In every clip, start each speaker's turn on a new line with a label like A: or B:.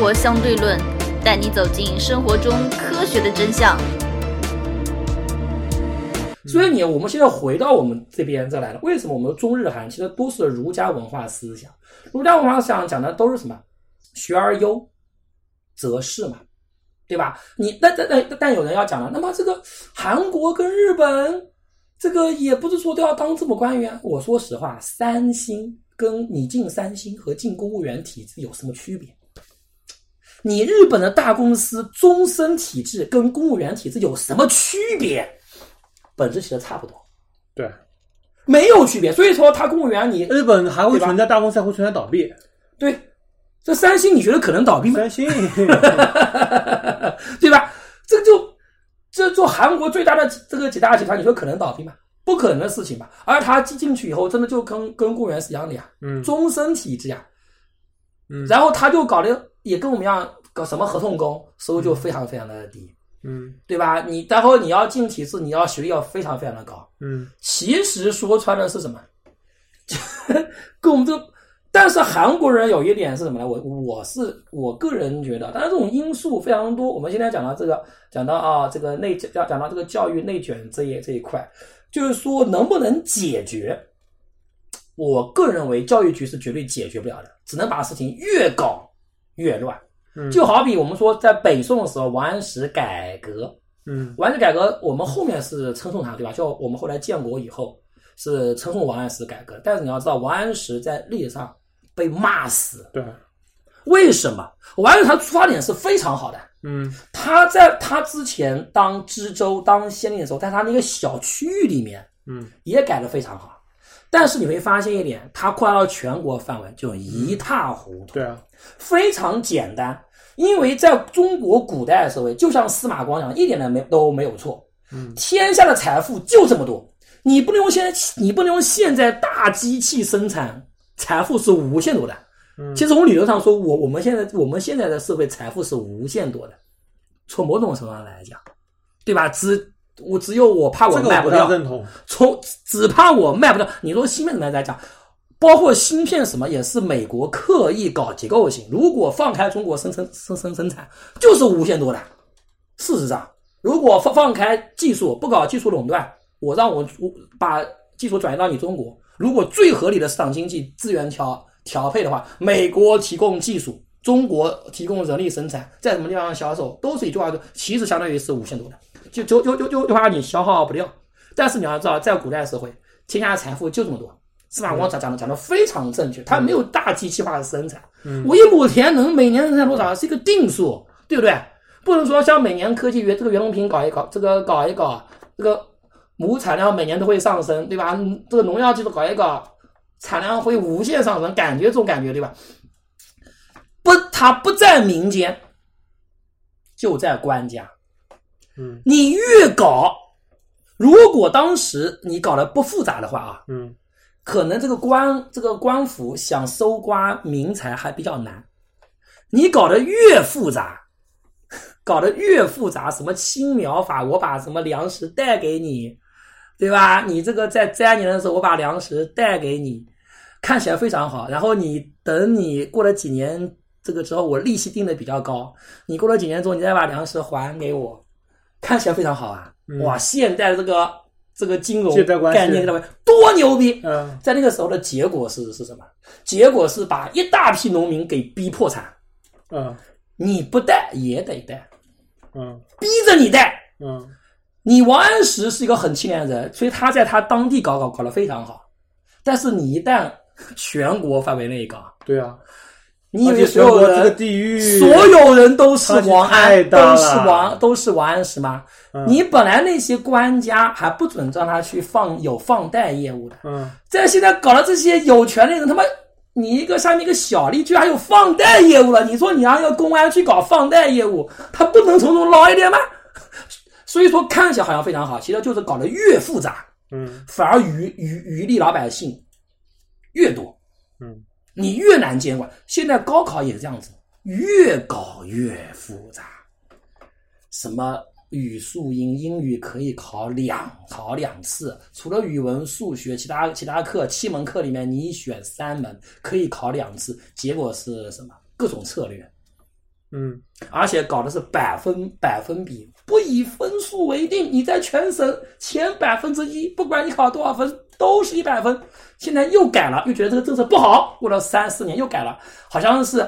A: 活相对论》，带你走进生活中科学的真相。
B: 所以你我们现在回到我们这边再来了，为什么我们中日韩其实都是儒家文化思想？儒家文化思想讲的都是什么？学而优则仕嘛，对吧？你但但但但有人要讲了，那么这个韩国跟日本，这个也不是说都要当这么官员。我说实话，三星跟你进三星和进公务员体制有什么区别？你日本的大公司终身体制跟公务员体制有什么区别？本质其实差不多，
C: 对，
B: 没有区别。所以说，他公务员你
C: 日本还会
B: 对吧
C: 存在大公司还会存在倒闭，
B: 对这三星，你觉得可能倒闭吗？
C: 三星
B: 对吧？这就这做韩国最大的这个几大集团，你说可能倒闭吗？不可能的事情吧。而他进进去以后，真的就跟跟公务员是一样的呀，
C: 嗯
B: 终身体制呀。
C: 嗯
B: 然后他就搞得也跟我们一样，搞什么合同工，收入就非常非常的低，
C: 嗯
B: 对吧？你然后你要进体制，你要学历要非常非常的高。
C: 嗯
B: 其实说穿了是什么？ 跟我们这个，但是韩国人有一点是什么呢？我我是我个人觉得，当然这种因素非常多。我们现在讲到这个，讲到啊这个内要讲到这个教育内卷这一这一块，就是说能不能解决？我个人认为教育局是绝对解决不了的，只能把事情越搞越乱。
C: 嗯
B: 就好比我们说，在北宋的时候，王安石改革，
C: 嗯
B: 王安石改革，我们后面是称颂他，对吧？就我们后来建国以后是称颂王安石改革，但是你要知道，王安石在历史上被骂死，
C: 对，
B: 为什么？王安石他出发点是非常好的，
C: 嗯
B: 他在他之前当知州、当县令的时候，在他那个小区域里面
C: 嗯
B: 也改得非常好，但是你会发现一点，他扩大到全国范围就一塌糊涂
C: 对。啊
B: 非常简单，因为在中国古代的社会，就像司马光讲的，一点都没都没有错。
C: 嗯
B: 天下的财富就这么多，你不能用现在，你不能用现在大机器生产，财富是无限多的。
C: 嗯
B: 其实从理论上说，我我们现在我们现在的社会财富是无限多的，从某种程度上来讲，对吧？只我只有我怕我
C: 这个
B: 卖
C: 我不
B: 掉
C: 太，认同，
B: 从只怕我卖不掉。你说芯片怎么来讲？包括芯片什么也是美国刻意搞结构性，如果放开中国生生生生生产，就是无限多的。事实上，如果放放开技术，不搞技术垄断，我让我我把技术转移到你中国，如果最合理的市场经济资源调调配的话，美国提供技术，中国提供人力生产，在什么地方销售都是一句话说，其实相当于是无限多的，就就就就就就怕你消耗不掉。但是你要知道，在古代社会，天下的财富就这么多。司马光讲讲的讲的非常正确，他没有大机器化的生产。
C: 嗯
B: 我一亩田能每年生产多少是一个定数，对不对？不能说像每年科技园这个袁隆平搞一搞，这个搞一搞，这个亩产量每年都会上升，对吧？嗯这个农药技术搞一搞，产量会无限上升，感觉这种感觉对吧？不，它不在民间，就在官家。
C: 嗯
B: 你越搞，如果当时你搞得不复杂的话啊，
C: 嗯
B: 可能这个官这个官府想搜刮民财还比较难。你搞得越复杂， 搞得越复杂，什么青苗法，我把什么粮食带给你，对吧？你这个在灾年的时候，我把粮食带给你，看起来非常好。然后你等你过了几年这个之后，我利息定的比较高，你过了几年之后，你再把粮食还给我，看起来非常好啊！
C: 嗯
B: 哇，现代这个这个金融
C: 借贷关系
B: 概念，多牛逼！
C: 嗯
B: 在那个时候的结果是是什么？结果是把一大批农民给逼破产，
C: 嗯
B: 你不贷也得贷，
C: 嗯
B: 逼着你贷。
C: 嗯
B: 你王安石是一个很清廉的人，所以他在他当地搞搞搞得非常好。但是你一旦全国范围内搞，
C: 对啊，
B: 你以
C: 而
B: 为
C: 且
B: 所
C: 全
B: 有
C: 国这个
B: 人
C: 地域
B: 所有人都是王
C: 差距
B: 安
C: 太，大
B: 都
C: 了
B: 是王，都是王安石吗？
C: 嗯
B: 你本来那些官家还不准让他去放有放贷业务的，
C: 嗯
B: 在现在搞了这些有权利人，他妈你一个下面一个小吏居然还有放贷业务了，你说你让一个公安去搞放贷业务，他不能从中捞一点吗？ 所以说看起来好像非常好，其实就是搞得越复杂，
C: 嗯
B: 反而余余余利老百姓越多，
C: 嗯
B: 你越难监管。现在高考也是这样子，越搞越复杂，什么语数英，英语可以考两考两次，除了语文、数学，其他其他课七门课里面你选三门可以考两次，结果是什么？各种策略，
C: 嗯
B: 而且搞的是百分百分比，不以分数为定，你在全省前百分之一，不管你考多少分，都是一百分。现在又改了，又觉得这个政策不好，过了三四年又改了，好像是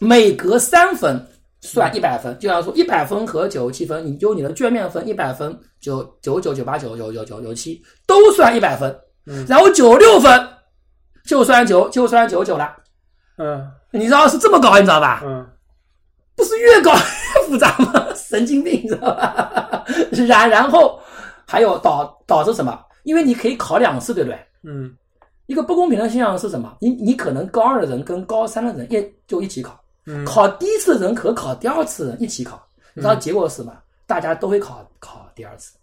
B: 每隔三分算一百分，就像说一百分和九十七分，你就你的卷面分一百分，九九九九八九九九九九七都算一百分，
C: 嗯
B: 然后九六分就算九就算九九了，
C: 嗯
B: 你知道是这么搞，你知道吧？
C: 嗯
B: 不是越搞越复杂吗？ 神经病，你知道吧？然然后还有导导致什么？因为你可以考两次，对不对？
C: 嗯
B: 一个不公平的现象是什么？你你可能高二的人跟高三的人一就一起考，
C: 嗯，
B: 考第一次的人和考第二次的人一起考，你知道结果是什么？大家都会考考第二次，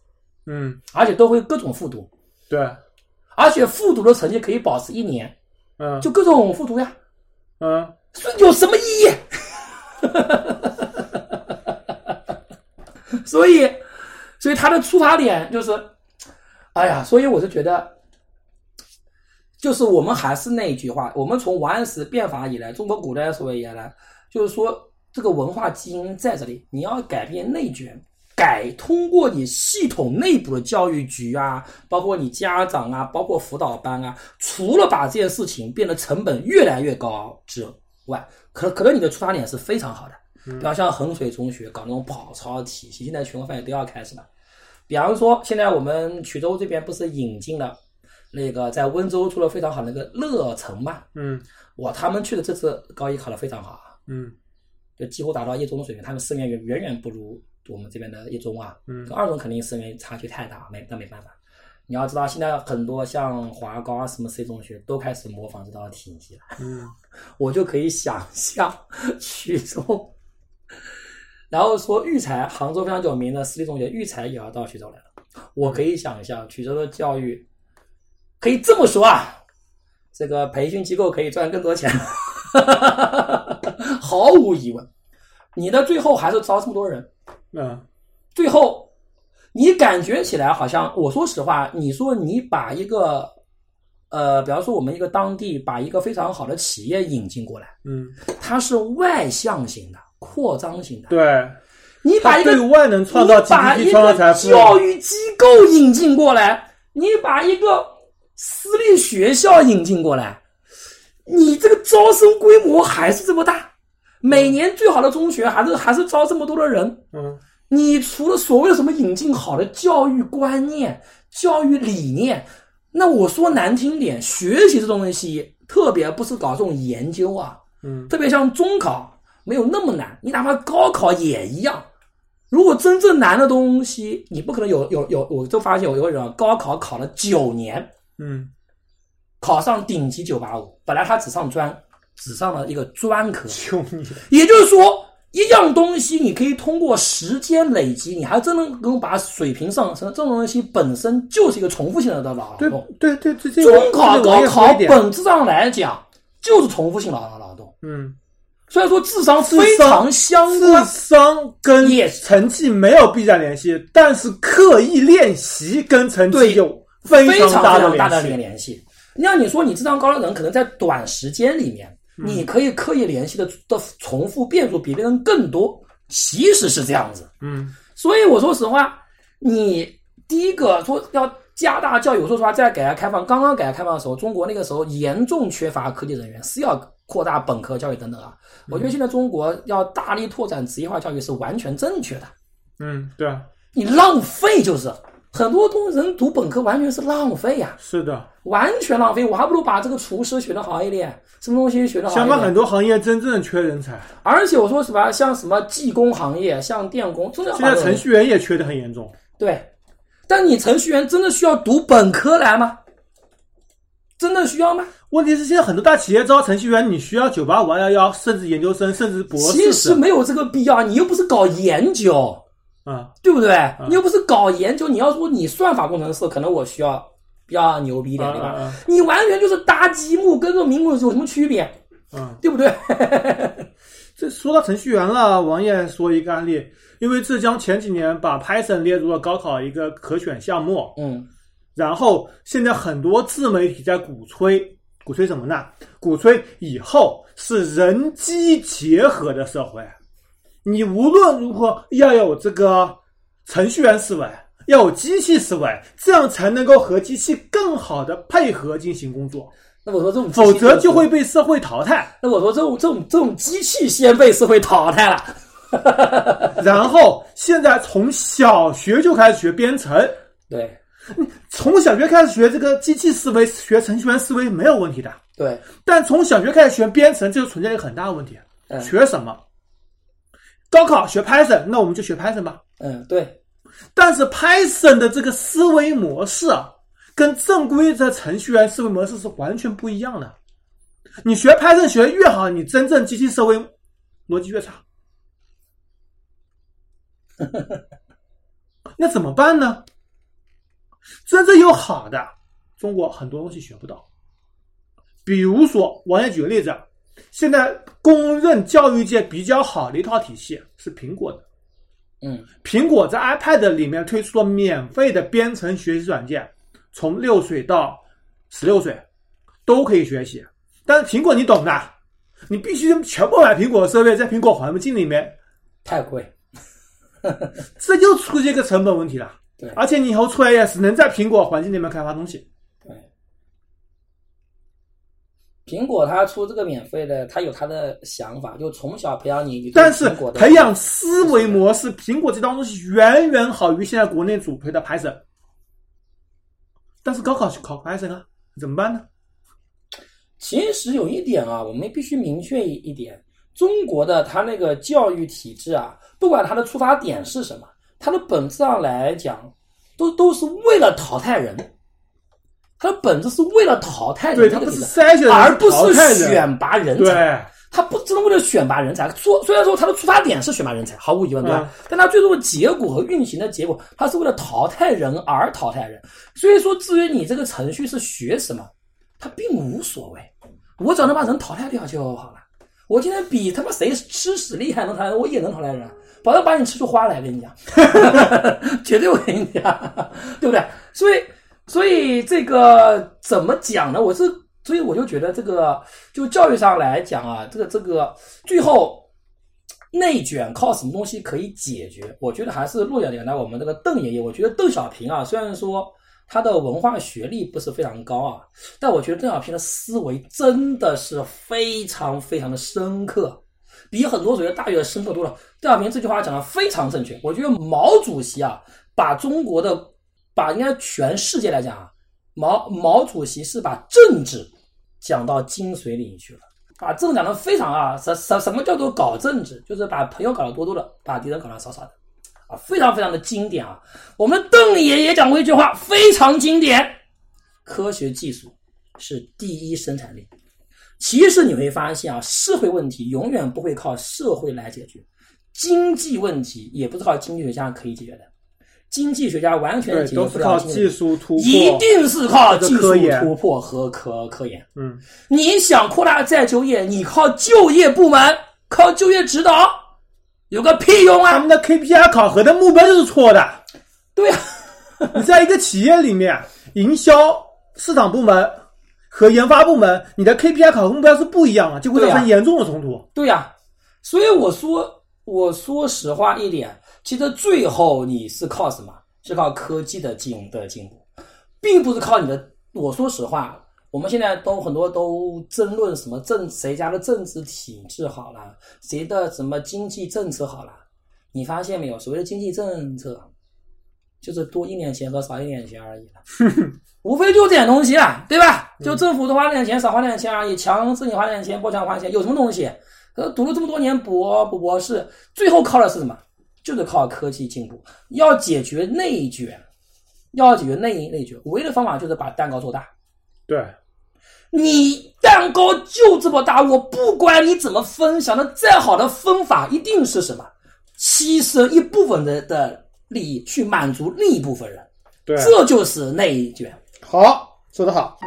C: 嗯
B: 而且都会各种复读，
C: 对，
B: 而且复读的成绩可以保持一年，
C: 嗯
B: 就各种复读呀，
C: 嗯
B: 所以有什么意义？ 所以，所以他的出发点就是，哎呀，所以我是觉得，就是我们还是那一句话，我们从王安石变法以来，中国古代社会以来，就是说这个文化基因在这里，你要改变内卷。改通过你系统内部的教育局啊，包括你家长啊，包括辅导班啊，除了把这件事情变得成本越来越高之外，可可能你的出发点是非常好的，比方像衡水中学搞那种跑操体系，现在全国范围都要开始了。比方说，现在我们衢州这边不是引进了那个在温州做的非常好的那个乐城嘛？
C: 嗯
B: 哇，他们去的这次高一考得非常好啊，
C: 嗯
B: 就几乎达到一中的水平，他们四面远远远不如我们这边的一中啊，
C: 嗯
B: 跟二中肯定是因为差距太大，没那没办法。你要知道，现在很多像华高啊、什么 C 中学都开始模仿这套体系了，
C: 嗯
B: 我就可以想象 衢州，然后说育才，杭州非常有名的私立中学育才也要到衢州来了，我可以想象衢州的教育，可以这么说啊，这个培训机构可以赚更多钱， 毫无疑问，你的最后还是招这么多人，
C: 嗯
B: 最后，你感觉起来好像，我说实话，你说你把一个，呃，比方说我们一个当地把一个非常好的企业引进过来，
C: 嗯，
B: 它是外向型的、扩张型的。
C: 对，
B: 你把
C: 他
B: 一个
C: 对外能创造
B: 你把一
C: GDP，创造财
B: 个
C: 富，啊
B: 教育机构引进过来，你把一个私立学校引进过来，你这个招生规模还是这么大，每年最好的中学还是还是招这么多的人，
C: 嗯
B: 你除了所谓的什么引进好的教育观念、教育理念，那我说难听点，学习这种东西，特别不是搞这种研究啊，
C: 嗯
B: 特别像中考没有那么难，你哪怕高考也一样。如果真正难的东西，你不可能有有有，我就发现有一个人啊高考考了九年，
C: 嗯
B: 考上顶级九八五，本来他只上专，只上了一个专科，
C: 救你，
B: 也就是说，一样东西你可以通过时间累积，你还真能够把水平上升。这种东西本身就是一个重复性的劳
C: 对
B: 动。
C: 对对，最近
B: 中考高考
C: 本，
B: 本质上来讲就是重复性劳劳动，
C: 嗯，
B: 虽然说智商
C: 智商
B: 非常相
C: 智
B: 关，
C: 商跟
B: Yes
C: 成绩没有必然联系，但是刻意练习跟成绩
B: 对
C: 有非
B: 非常
C: 大
B: 非常大的
C: 的
B: 联
C: 联系。
B: 联系。那你说你智商高的人，可能在短时间里面，你可以刻意联系的的重复变数比别人更多，其实是这样子。
C: 嗯
B: 所以我说实话，你第一个说要加大教育，我说实话，在改革开放刚刚改革开放的时候，中国那个时候严重缺乏科技人员，是要扩大本科教育等等啊。我觉得现在中国要大力拓展职业化教育是完全正确的，
C: 嗯，对，
B: 你浪费就是很多东人读本科完全是浪费呀、
C: 是的，
B: 完全浪费，我还不如把这个厨师学的好一点，什么东西学的好一
C: 香
B: 点。
C: 港很多行业真正缺人才，
B: 而且我说实话，像什么技工行业，像电工，真的
C: 现在
B: 好多人
C: 程序员也缺的很严重。
B: 对，但你程序员真的需要读本科来吗？真的需要吗？
C: 问题是现在很多大企业招程序员，你需要九八五、二幺幺，甚至研究生，甚至博
B: 其
C: 士
B: 实
C: 生。
B: 没有这个必要，你又不是搞研究，
C: 啊，
B: 对不对？你又不是搞研究，你要说你算法工程师，可能我需要比较牛逼一点，对吧？
C: 嗯嗯
B: 你完全就是搭积木，跟个民工有什么区别？
C: 嗯，
B: 对不对？
C: 这说到程序员了，王爷说一个案例，因为浙江前几年把 Python 列入了高考一个可选项目，
B: 嗯
C: 然后现在很多自媒体在鼓吹，鼓吹什么呢？鼓吹以后是人机结合的社会。你无论如何要有这个程序员思维，要有机器思维，这样才能够和机器更好的配合进行工作，
B: 那我说这种机器
C: 否则就会被社会淘汰。
B: 那我说这种这种这种机器先辈是会淘汰了。
C: 然后现在从小学就开始学编程，
B: 对
C: 从小学开始学这个机器思维、学程序员思维没有问题的，
B: 对，
C: 但从小学开始学编程，这就存在一个很大的问题，
B: 嗯
C: 学什么？高考学 Python，那我们就学 Python 吧。
B: 嗯对，
C: 但是 Python 的这个思维模式啊，跟正规的程序员思维模式是完全不一样的。你学 Python 学得越好，你真正机器思维逻辑越差。那怎么办呢？真正有好的，中国很多东西学不到。比如说，王爷举个例子，啊现在公认教育界比较好的一套体系是苹果的。
B: 嗯
C: 苹果在 iPad 里面推出了免费的编程学习软件，从六岁到十六岁都可以学习。但是苹果你懂的，你必须全部买苹果设备，在苹果环境里面，
B: 太贵，
C: 这就出现一个成本问题了。
B: 对
C: 而且你以后出来也只能在苹果环境里面开发东西。
B: 对。苹果它出这个免费的，它有它的想法，就从小培养你。你对
C: 但是
B: 苹果的
C: 培养思维模式，苹果这套东西远远好于现在国内主推的 Python。但是高考考 Python 啊，怎么办呢？
B: 其实有一点啊，我们必须明确一一点，中国的它那个教育体制啊，不管它的出发点是什么，它的本质上来讲，都都是为了淘汰人，它的本质是为了淘汰人，
C: 对，它
B: 哎这
C: 不
B: 个体
C: 是
B: 制
C: 筛选人，
B: 而不
C: 淘
B: 是
C: 汰人
B: 选拔人才。
C: 对，
B: 他不真的为了选拔人才，说虽然说他的出发点是选拔人才，毫无疑问，对吧？但他最终的结果和运行的结果，他是为了淘汰人而淘汰人。所以说，至于你这个程序是学什么，他并无所谓，我只要能把人淘汰掉就好了。我今天比他妈谁吃屎厉害能淘汰人，我也能淘汰人，保证把你吃出花来。跟你讲，绝对我跟你讲， 对不对？所以，所以这个怎么讲呢？我是，所以我就觉得这个就教育上来讲啊，这个这个最后内卷靠什么东西可以解决？我觉得还是落脚点呢。我们这个邓爷爷，我觉得邓小平啊，虽然说他的文化学历不是非常高啊，但我觉得邓小平的思维真的是非常非常的深刻，比很多所谓的大学深刻多了。邓小平这句话讲的非常正确，我觉得毛主席啊，把中国的，把应该全世界来讲啊，毛毛主席是把政治讲到精髓里去了。啊，政治讲的非常啊，什什什么叫做搞政治？就是把朋友搞得多多的，把敌人搞得少少的，啊，非常非常的经典啊。我们邓爷爷讲过一句话，非常经典：科学技术是第一生产力。其实你会发现啊，社会问题永远不会靠社会来解决，经济问题也不是靠经济学家可以解决的，经济学家完全
C: 对，
B: 解决
C: 都
B: 不
C: 是
B: 了
C: 靠
B: 经济
C: 技术突破。
B: 一定是靠技
C: 科
B: 术
C: 研
B: 突破和科科研。
C: 嗯，
B: 你想扩大再就业，你靠就业部门、靠就业指导，有个屁用
C: 他
B: 啊！
C: 们的 KPI 考核的目标就是错的。
B: 对啊，
C: 你在一个企业里面，营销、市场部门和研发部门，你的 KPI 考核目标是不一样的，就会造
B: 对啊
C: 成严重的冲突。
B: 对呀、所以我说，我说实话一点，其实最后你是靠什么？是靠科技的进的进步，并不是靠你的。我说实话，我们现在都很多都争论什么政谁家的政治体制好了，谁的什么经济政策好了。你发现没有？所谓的经济政策，就是多一点钱和少一点钱而已了。无非就这点东西啊，对吧？就政府多花点钱，少花点钱而已，强制你花点钱，不强花点钱，有什么东西？呃，读了这么多年博博博士，最后靠的是什么？就是靠科技进步。要解决内卷，要解决内内卷，唯一的方法就是把蛋糕做大。
C: 对，
B: 你蛋糕就这么大，我不管你怎么分，想的再好的分法，一定是什么？牺牲一部分人的利益去满足另一部分人，
C: 对
B: 这就是内卷。
C: 好，说得好。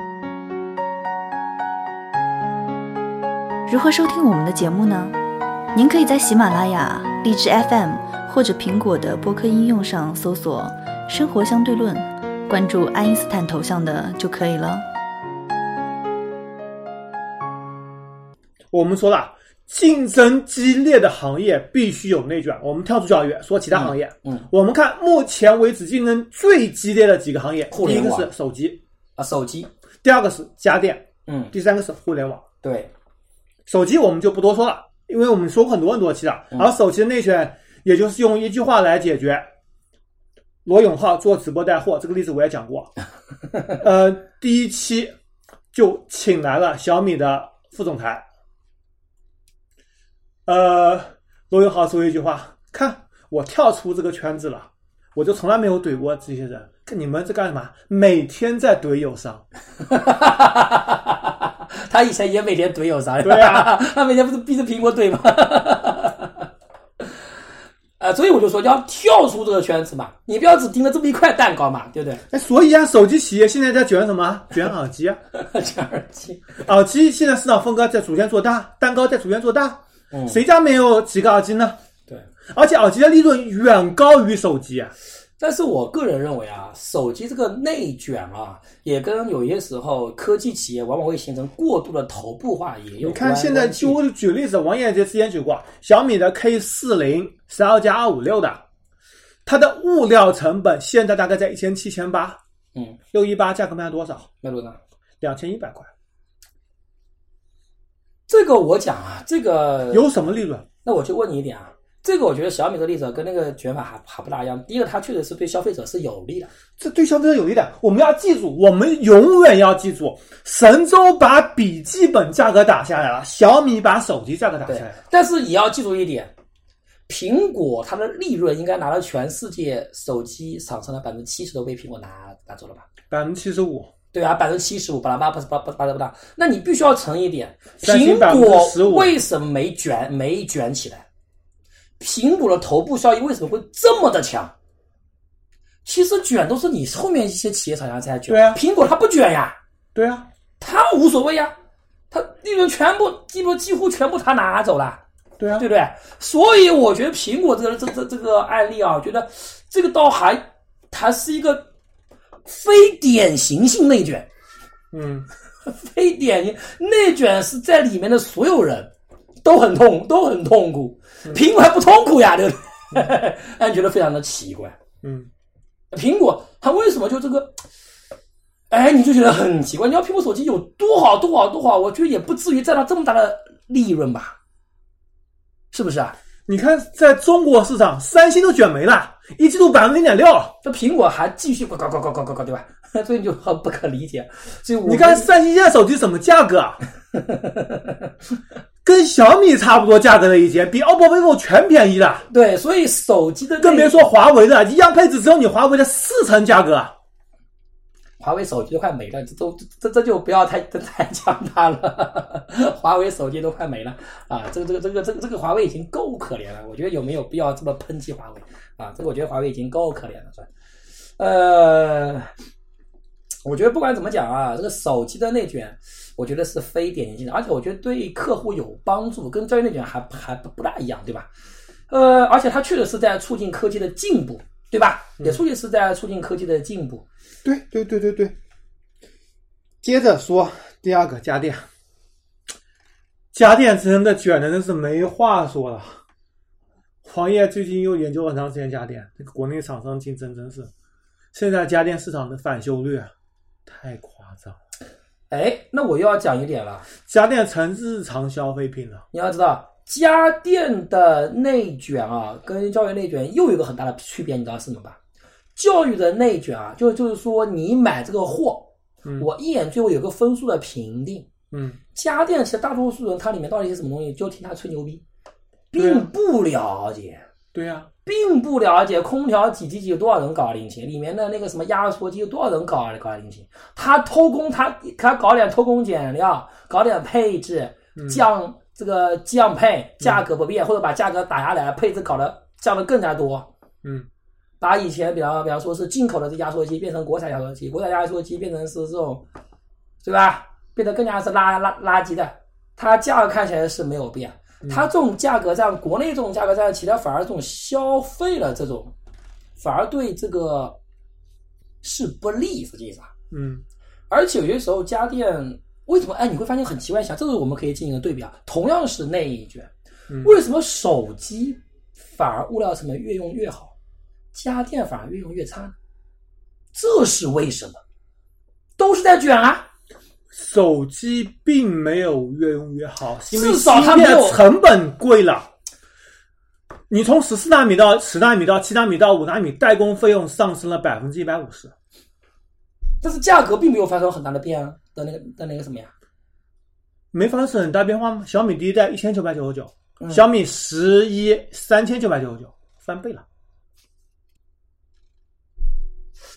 D: 如何收听我们的节目呢？您可以在喜马拉雅、荔枝 FM 或者苹果的播客应用上搜索“生活相对论”，关注爱因斯坦头像的就可以了。
C: 我们说了，竞争激烈的行业必须有内卷。我们跳出教育说其他行业，
B: 嗯嗯
C: 我们看目前为止竞争最激烈的几个行业，
B: 互
C: 第一
B: 联
C: 个
B: 网
C: 是手机，
B: 啊，手机，
C: 第二个是家电，
B: 嗯，
C: 第三个是互联网。
B: 对，
C: 手机我们就不多说了，因为我们说过很多很多期了。而手机的内卷，也就是用一句话来解决。罗永浩做直播带货这个例子我也讲过，呃，第一期就请来了小米的副总裁，呃，罗永浩说一句话：“看我跳出这个圈子了，我就从来没有怼过这些人，看你们在干什么？每天在怼友商。”
B: 他以前也每天怼有啥？
C: 对啊，
B: 他每天不是逼着苹果怼吗？ 呃，所以我就说要跳出这个圈子嘛，你不要只盯着这么一块蛋糕嘛，对不 对？
C: 哎，所以啊，手机企业现在在卷什么？卷耳机啊。
B: 这耳机，
C: 耳机现在市场份额在逐渐做大，蛋糕在逐渐做大。
B: 嗯
C: 谁家没有几个耳机呢？
B: 对。
C: 而且耳机的利润远高于手机啊。
B: 但是我个人认为啊，手机这个内卷啊，也跟有些时候科技企业往往会形成过度的头部化也有关。
C: 你看现在，
B: 关系
C: 就我举例子，王艳杰之前举过小米的 K 四零十二加二五六的，它的物料成本现在大概在一千七千八，
B: 嗯，
C: 六一八价格卖多少？
B: 麦罗呢？
C: 两千一百块，
B: 这个我讲啊，这个
C: 有什么利润？
B: 那我就问你一点啊，这个我觉得小米的例子跟那个卷法还还不大一样。第一个，它确实是对消费者是有利的，
C: 这对消费者有利的。我们要记住，我们永远要记住，神州把笔记本价格打下来了，小米把手机价格打下
B: 对
C: 来了。。
B: 但是也要记住一点，苹果它的利润应该拿到全世界手机厂商的百分之七十都被苹果拿拿走了吧？
C: 百分之七十五，
B: 对啊，百分之七十五，巴拉巴拉巴拉巴拉巴拉。那你必须要承认一点，
C: 三
B: 苹
C: 星
B: 果
C: 15%
B: 为什么没卷没卷起来？苹果的头部效应为什么会这么的强？其实卷都是你后面一些企业厂商在卷，
C: 对啊
B: 苹果它不卷呀，
C: 对啊，
B: 它无所谓啊呀，它利润全部几乎几乎全部它拿走了。
C: 对啊
B: 对，不对？所以我觉得苹果这个这这这个案例啊，我觉得这个倒还它是一个非典型性内卷，
C: 嗯，
B: 非典型内卷是在里面的所有人都很痛，都很痛苦，苹果还不痛苦呀，对不对？ 让你觉得非常的奇怪。
C: 嗯，
B: 苹果它为什么就这个？哎，你就觉得很奇怪。你要苹果手机有多好多好多好，我觉得也不至于占到这么大的利润吧？是不是啊？
C: 你看，在中国市场，三星都卷没了，一季度百分之零点六。
B: 这苹果还继续呱呱呱呱呱呱呱，对吧？ 所以你就很不可理解。所以我
C: 你看三星现在手机什么价格 啊？跟小米差不多价格的一些，比 OPPO、vivo 全便宜的，
B: 对，所以手机的内
C: 更别说华为的，一样配置只有你华为的四成价格啊。
B: 华为手机都快没了，这都这这就不要太 太太强大了。 华为手机都快没了啊！这个这个这个这个这个华为已经够可怜了，我觉得有没有必要这么抨击华为啊？这个我觉得华为已经够可怜了，算。呃，我觉得不管怎么讲啊，这个手机的内卷，我觉得是非典型性的，而且我觉得对客户有帮助，跟教育内卷还还不不大一样，对吧？呃，而且它确实是在促进科技的进步，对吧？也促进是在促进科技的进步。
C: 对对对对对。接着说第二个家电，家电真的卷的真是没话说了。黄爷最近又研究了很长时间家电，这个国内厂商竞争真是，现在家电市场的返修率啊太夸张了，
B: 哎，那我又要讲一点了。
C: 家电成日常消费品了。
B: 你要知道，家电的内卷啊，跟教育内卷又有一个很大的区别，你知道是什么吧？教育的内卷啊，就就是说你买这个货，
C: 嗯
B: 我一眼就会有个分数的评定。
C: 嗯，
B: 家电其实大多数人他里面到底是什么东西，就听他吹牛逼，
C: 对啊
B: 并不了解。
C: 对呀、
B: 并不了解空调几级几有多少人搞二零七，里面的那个什么压缩机有多少人搞二搞二零七，他偷工他他搞点偷工减料，搞点配置降这个降配，价格不变、或者把价格打下来，配置搞得降的更加多，
C: 嗯，
B: 把以前比方比方说是进口的这压缩机变成国产压缩机，国产压缩机变成是这种，对吧？变得更加是垃垃垃圾的，它价格看起来是没有变，它这种价格战，国内这种价格战，其实反而这种消费了这种，反而对这个是不利，实际上。
C: 嗯，
B: 而且有些时候家电为什么？哎，你会发现很奇怪一下，这个我们可以进行一个对比啊。同样是内一卷，
C: 嗯
B: 为什么手机反而物料成本越用越好，家电反而越用越差呢？这是为什么？都是在卷啊！
C: 手机并没有越用越好，是因为
B: 至少它
C: 芯
B: 没
C: 片
B: 有
C: 成本贵了。你从十四纳米到十纳米到七纳米到五纳米，代工费用上升了百分之一百五十。
B: 但是价格并没有发生很大的变啊的那个的那个什么呀？
C: 没发生很大变化吗？小米第一代一千九百九十九，
B: 嗯
C: 小米十一三千九百九十九，翻倍了。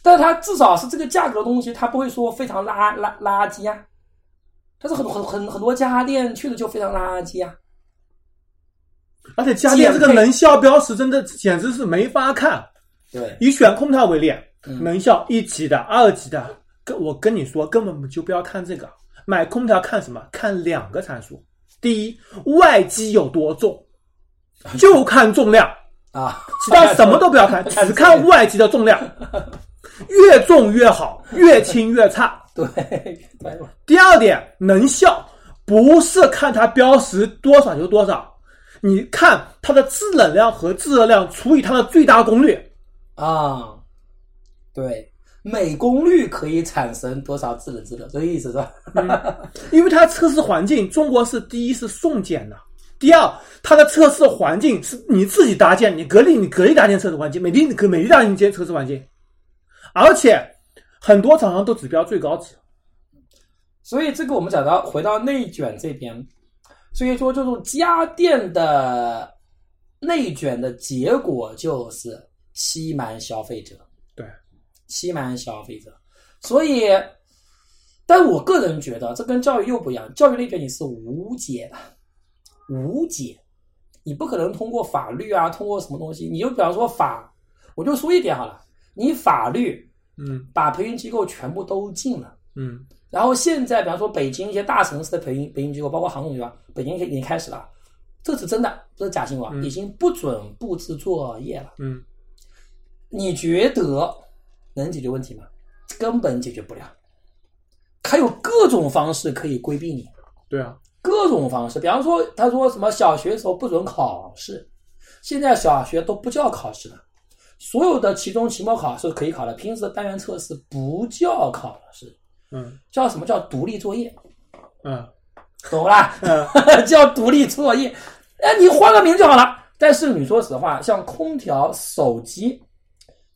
B: 但是它至少是这个价格的东西，它不会说非常垃垃垃圾啊。但是很很很很多家电确实就非常垃圾啊。
C: 而且家电这个
B: 减配
C: 能效标识真的简直是没法看。
B: 对，
C: 以选控套为例，
B: 嗯
C: 能效一级的、二级的，跟我跟你说，根本就不要看这个，买空调看什么？看两个参数，第一，外机有多重， 就看重量，
B: 啊，
C: 其他什么都不要看，只看外机的重量，越重越好，越轻越差。
B: 对 对吧
C: 第二点，能效不是看它标识多少就多少，你看它的制冷量和制热量除以它的最大功率。
B: 啊，对，每功率可以产生多少制冷制冷，这个意思是吧？
C: 因为它测试环境，中国是第一是送检的，第二它的测试环境是你自己搭建，你格力你格力搭建测试环境，美的你美的搭建测试环境，而且很多厂商都指标最高值。
B: 所以这个我们讲到回到内卷这边，所以说这种家电的内卷的结果就是欺瞒消费者，
C: 对，
B: 欺瞒消费者。所以，但我个人觉得这跟教育又不一样，教育内卷你是无解的，无解，你不可能通过法律啊，通过什么东西，你就比方说法，我就说一点好了，你法律
C: 嗯
B: 把培训机构全部都禁了。
C: 嗯
B: 然后现在，比方说北京一些大城市的培训培训机构，包括杭州对吧？啊北京已经开始了，这是真的，这是假新闻，啊
C: 嗯
B: 已经不准布置作业了。
C: 嗯，
B: 你觉得能解决问题吗？根本解决不了。还有各种方式可以规避你，
C: 对啊，
B: 各种方式，比方说他说什么小学的时候不准考试，现在小学都不叫考试了，所有的期中、期末考试可以考的，平时的单元测试不叫考试，
C: 嗯
B: 叫什么叫独立作业？
C: 嗯
B: 懂啦？
C: 嗯，
B: 叫独立作业。哎，你换个名就好了。但是你说实话，像空调、手机，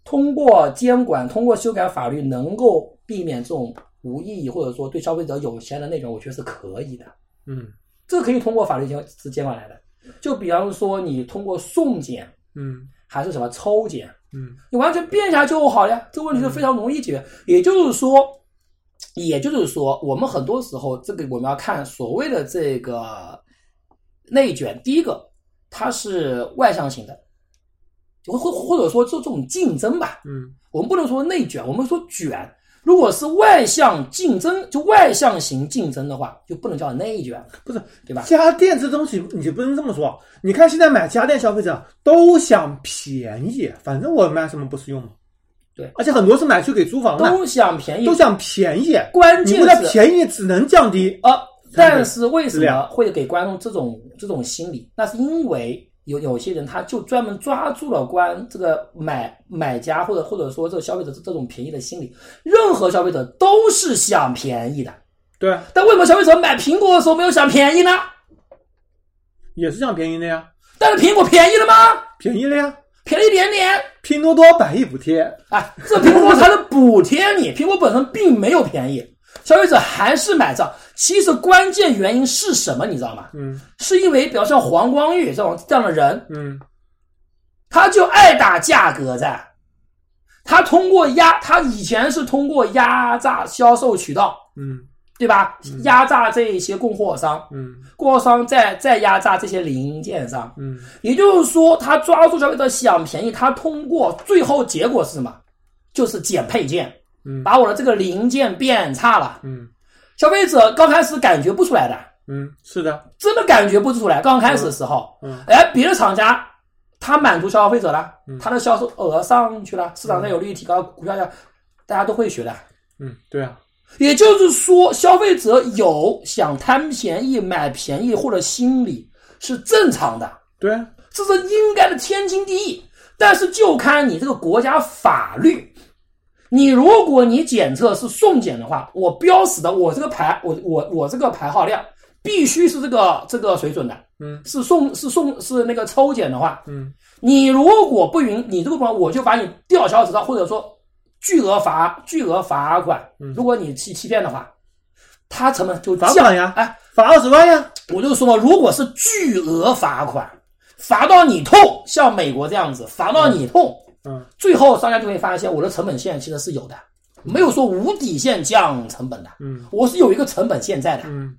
B: 通过监管、通过修改法律，能够避免这种无意义或者说对消费者有限的内容，我觉得是可以的。
C: 嗯
B: 这可以通过法律监是监管来的。就比方说，你通过送检
C: 嗯
B: 还是什么抽检，
C: 嗯
B: 你完全变一下就好了呀，这个问题是非常容易解决。也就是说，也就是说，我们很多时候这个我们要看所谓的这个内卷，第一个它是外向型的，或或或者说这这种竞争吧，
C: 嗯
B: 我们不能说内卷，我们说卷。如果是外向竞争，就外向型竞争的话，就不能叫内卷，
C: 不是
B: 对吧？
C: 家电这东西，你就不能这么说。你看现在买家电消费者都想便宜，反正我买什么不实用嘛。
B: 对
C: 而且很多是买去给租房的，
B: 都想便宜，
C: 都想便宜，
B: 关
C: 你
B: 键
C: 为了
B: 是
C: 便宜只能降低。
B: 呃，但是为什
C: 质
B: 么
C: 量
B: 会给观众这种这种心理？那是因为有有些人他就专门抓住了关这个买买家或者或者说这个消费者这这种便宜的心理。任何消费者都是想便宜的，
C: 对，啊
B: 但为什么消费者买苹果的时候没有想便宜呢？
C: 也是想便宜的呀，
B: 但是苹果便宜了吗？
C: 便宜了呀。
B: 便宜一点点。
C: 拼多多百亿补贴，
B: 哎，这苹果它是补贴你，苹果本身并没有便宜，消费者还是买账。其实关键原因是什么，你知道吗？
C: 嗯
B: 是因为比如像黄光裕这种这样的人，
C: 嗯
B: 他就爱打价格战。他通过压，他以前是通过压榨销售渠道，
C: 嗯
B: 对吧？压榨这一些供货商，
C: 嗯
B: 供货商再再压榨这些零件商。
C: 嗯
B: 也就是说，他抓住消费者想便宜，他通过最后结果是什么？就是减配件，
C: 嗯
B: 把我的这个零件变差了。
C: 嗯
B: 消费者刚开始感觉不出来的，
C: 嗯，是的，
B: 真的感觉不出来。刚开始的时候，
C: 嗯
B: 哎，别的厂家他满足消费者了，
C: 嗯
B: 他的销售额上去了，市场占有率提高，股票价，大家都会学的。
C: 嗯，对啊，
B: 也就是说，消费者有想贪便宜、买便宜或者心理是正常的，
C: 对，啊
B: 这是应该的天经地义。但是就看你这个国家法律，你如果你检测是送检的话，我标识的我这个牌，我我我这个排号量必须是这个这个水准的，
C: 嗯
B: 是送是送是那个抽检的话，
C: 嗯
B: 你如果不允你这个不管，我就把你吊销执照，或者说巨额罚巨额罚款
C: 嗯。
B: 如果你欺欺骗的话，他成本就
C: 罚
B: 降
C: 款呀
B: 哎，
C: 罚二十万呀，
B: 我就说嘛，如果是巨额罚款，罚到你痛，像美国这样子，罚到你痛，
C: 嗯
B: 最后商家就会发现我的成本线其实是有的，没有说无底线降成本的，
C: 嗯
B: 我是有一个成本线在的。
C: 嗯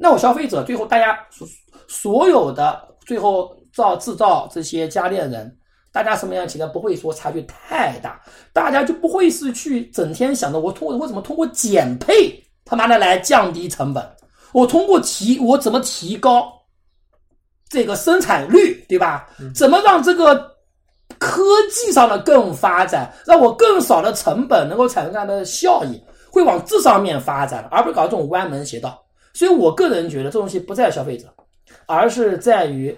B: 那我消费者最后大家所所有的最后造制造这些家电人，大家什么样其实不会说差距太大，大家就不会是去整天想着我通过我怎么通过减配他妈的来降低成本，我通过提我怎么提高这个生产率，对吧？怎么让这个科技上的更发展，让我更少的成本能够产生这样的效益，会往这上面发展，而不是搞这种歪门邪道。所以我个人觉得这东西不在消费者，而是在于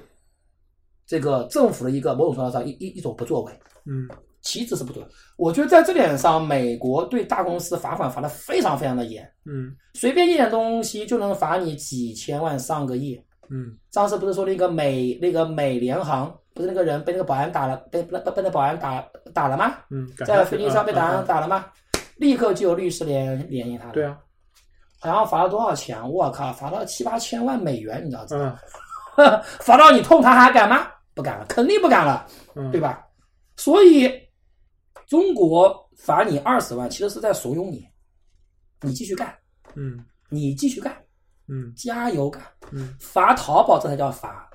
B: 这个政府的一个某种程度上一一一种不作为，
C: 嗯，
B: 其实是不作为。我觉得在这点上，美国对大公司罚款罚的非常非常的严，
C: 嗯
B: 随便一点东西就能罚你几千万上个亿。
C: 嗯
B: 上次不是说那个美那个美联航不是那个人被那个保安打了，被被被那保安打打了吗？
C: 嗯，感
B: 在
C: 谢
B: 飞机上被打、
C: 啊啊
B: 打了吗？立刻就有律师联联系他了。
C: 对，啊，
B: 好像罚了多少钱？我靠，罚到七八千万美元，你知道吗？
C: 嗯
B: 罚到你痛，他还敢吗？不敢了，肯定不敢了，
C: 嗯，
B: 对吧？所以中国罚你二十万，其实是在怂恿你，你继续干，
C: 嗯
B: 你继续干，
C: 嗯
B: 加油干。
C: 嗯
B: 罚淘宝这才叫罚，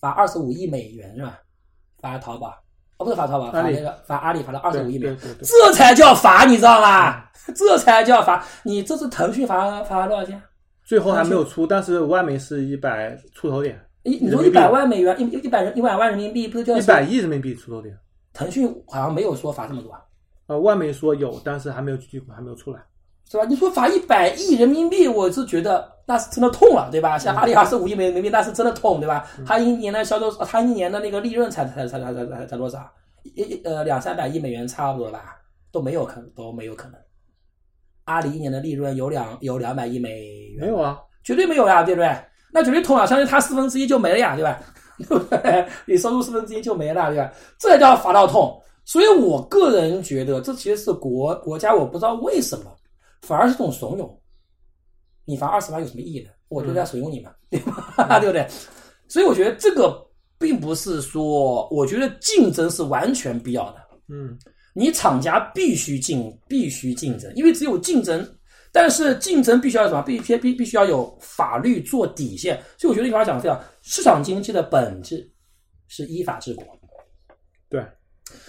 B: 罚二十五亿美元是吧？罚淘宝，哦，不是罚淘宝，罚
C: 阿里
B: 那个罚阿里罚了二十五亿美元，
C: 对对对嗯对
B: 这才叫罚，你知道吧？这才叫罚。你这次腾讯罚罚了多少钱？
C: 最后还没有出，但是外媒是一百出头点，
B: 你你说一
C: 人民币
B: 百万美元，一一百人一百万人民币，不是就
C: 一百亿人民币出头点。
B: 腾讯好像没有说罚这么多啊，
C: 呃，外媒说有，但是还没有具体还没有出来。
B: 是吧？你说罚一百亿人民币，我是觉得那是真的痛了，对吧？像
C: 嗯
B: 阿里二十五亿人民币，那是真的痛，对吧？它一年的销售，哦它一年的那个利润才才才才才才才多少？一一呃两三百亿美元差不多吧，都没有可都没有可能。阿里一年的利润有两有两百亿美元，
C: 没有啊，
B: 绝对没有呀，对不对？那绝对痛啊，相当于他四分之一就没了呀，对吧？ 对不对？你收入四分之一就没了，对吧？这叫罚到痛。所以我个人觉得，这其实是国国家，我不知道为什么，反而是种怂恿。你罚二十万有什么意义呢？我就在怂恿你嘛， 对吧？对不对？所以我觉得这个并不是说，我觉得竞争是完全必要的。
C: 嗯
B: 你厂家必须竞，必须竞争，因为只有竞争，但是竞争必须要什么？必须必必须要有法律做底线。所以我觉得一句话讲得非常，市场经济的本质是依法治国。
C: 对，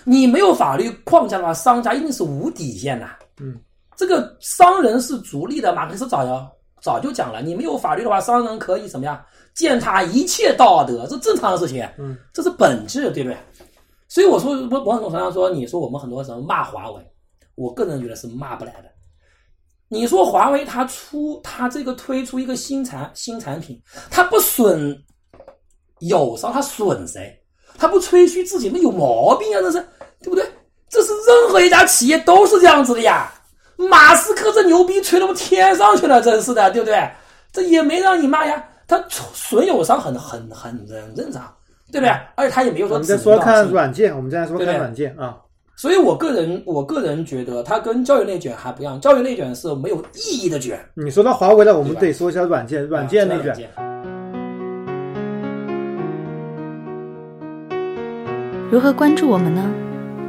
B: 你没有法律框架的话，商家一定是无底线的。
C: 嗯，
B: 这个商人是逐利的，马克思早要早就讲了，你没有法律的话，商人可以怎么样践踏一切道德，这正常的事情。
C: 嗯
B: 这是本质，对不对？所以我说，我某种程度上说，你说我们很多时候骂华为，我个人觉得是骂不来的。你说华为它出它这个推出一个新产新产品，它不损友商，它损谁？它不吹嘘自己，那有毛病啊！这是对不对？这是任何一家企业都是这样子的呀。马斯克这牛逼吹到天上去了，真是的，对不对？这也没让你骂呀，他损友商很很很很正常，对不对？而且他也没有
C: 我
B: 说
C: 们
B: 指
C: 再
B: 名
C: 说
B: 道
C: 看
B: 姓。
C: 软件，我们再说
B: 对对
C: 看软件啊。
B: 所以我个人我个人觉得，它跟教育内卷还不一样，教育内卷是没有意义的卷。
C: 你说到华为了，我们
B: 对吧啊
C: 得说一下软件，软件那
B: 软
C: 个
B: 件
D: 如何关注我们呢？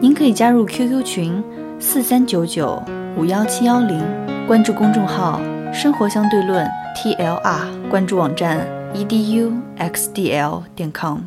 D: 您可以加入 QQ 群四三九九五幺七幺零，关注公众号“生活 E 相对论 ”TLR，关注网站 eduxdl 点 com。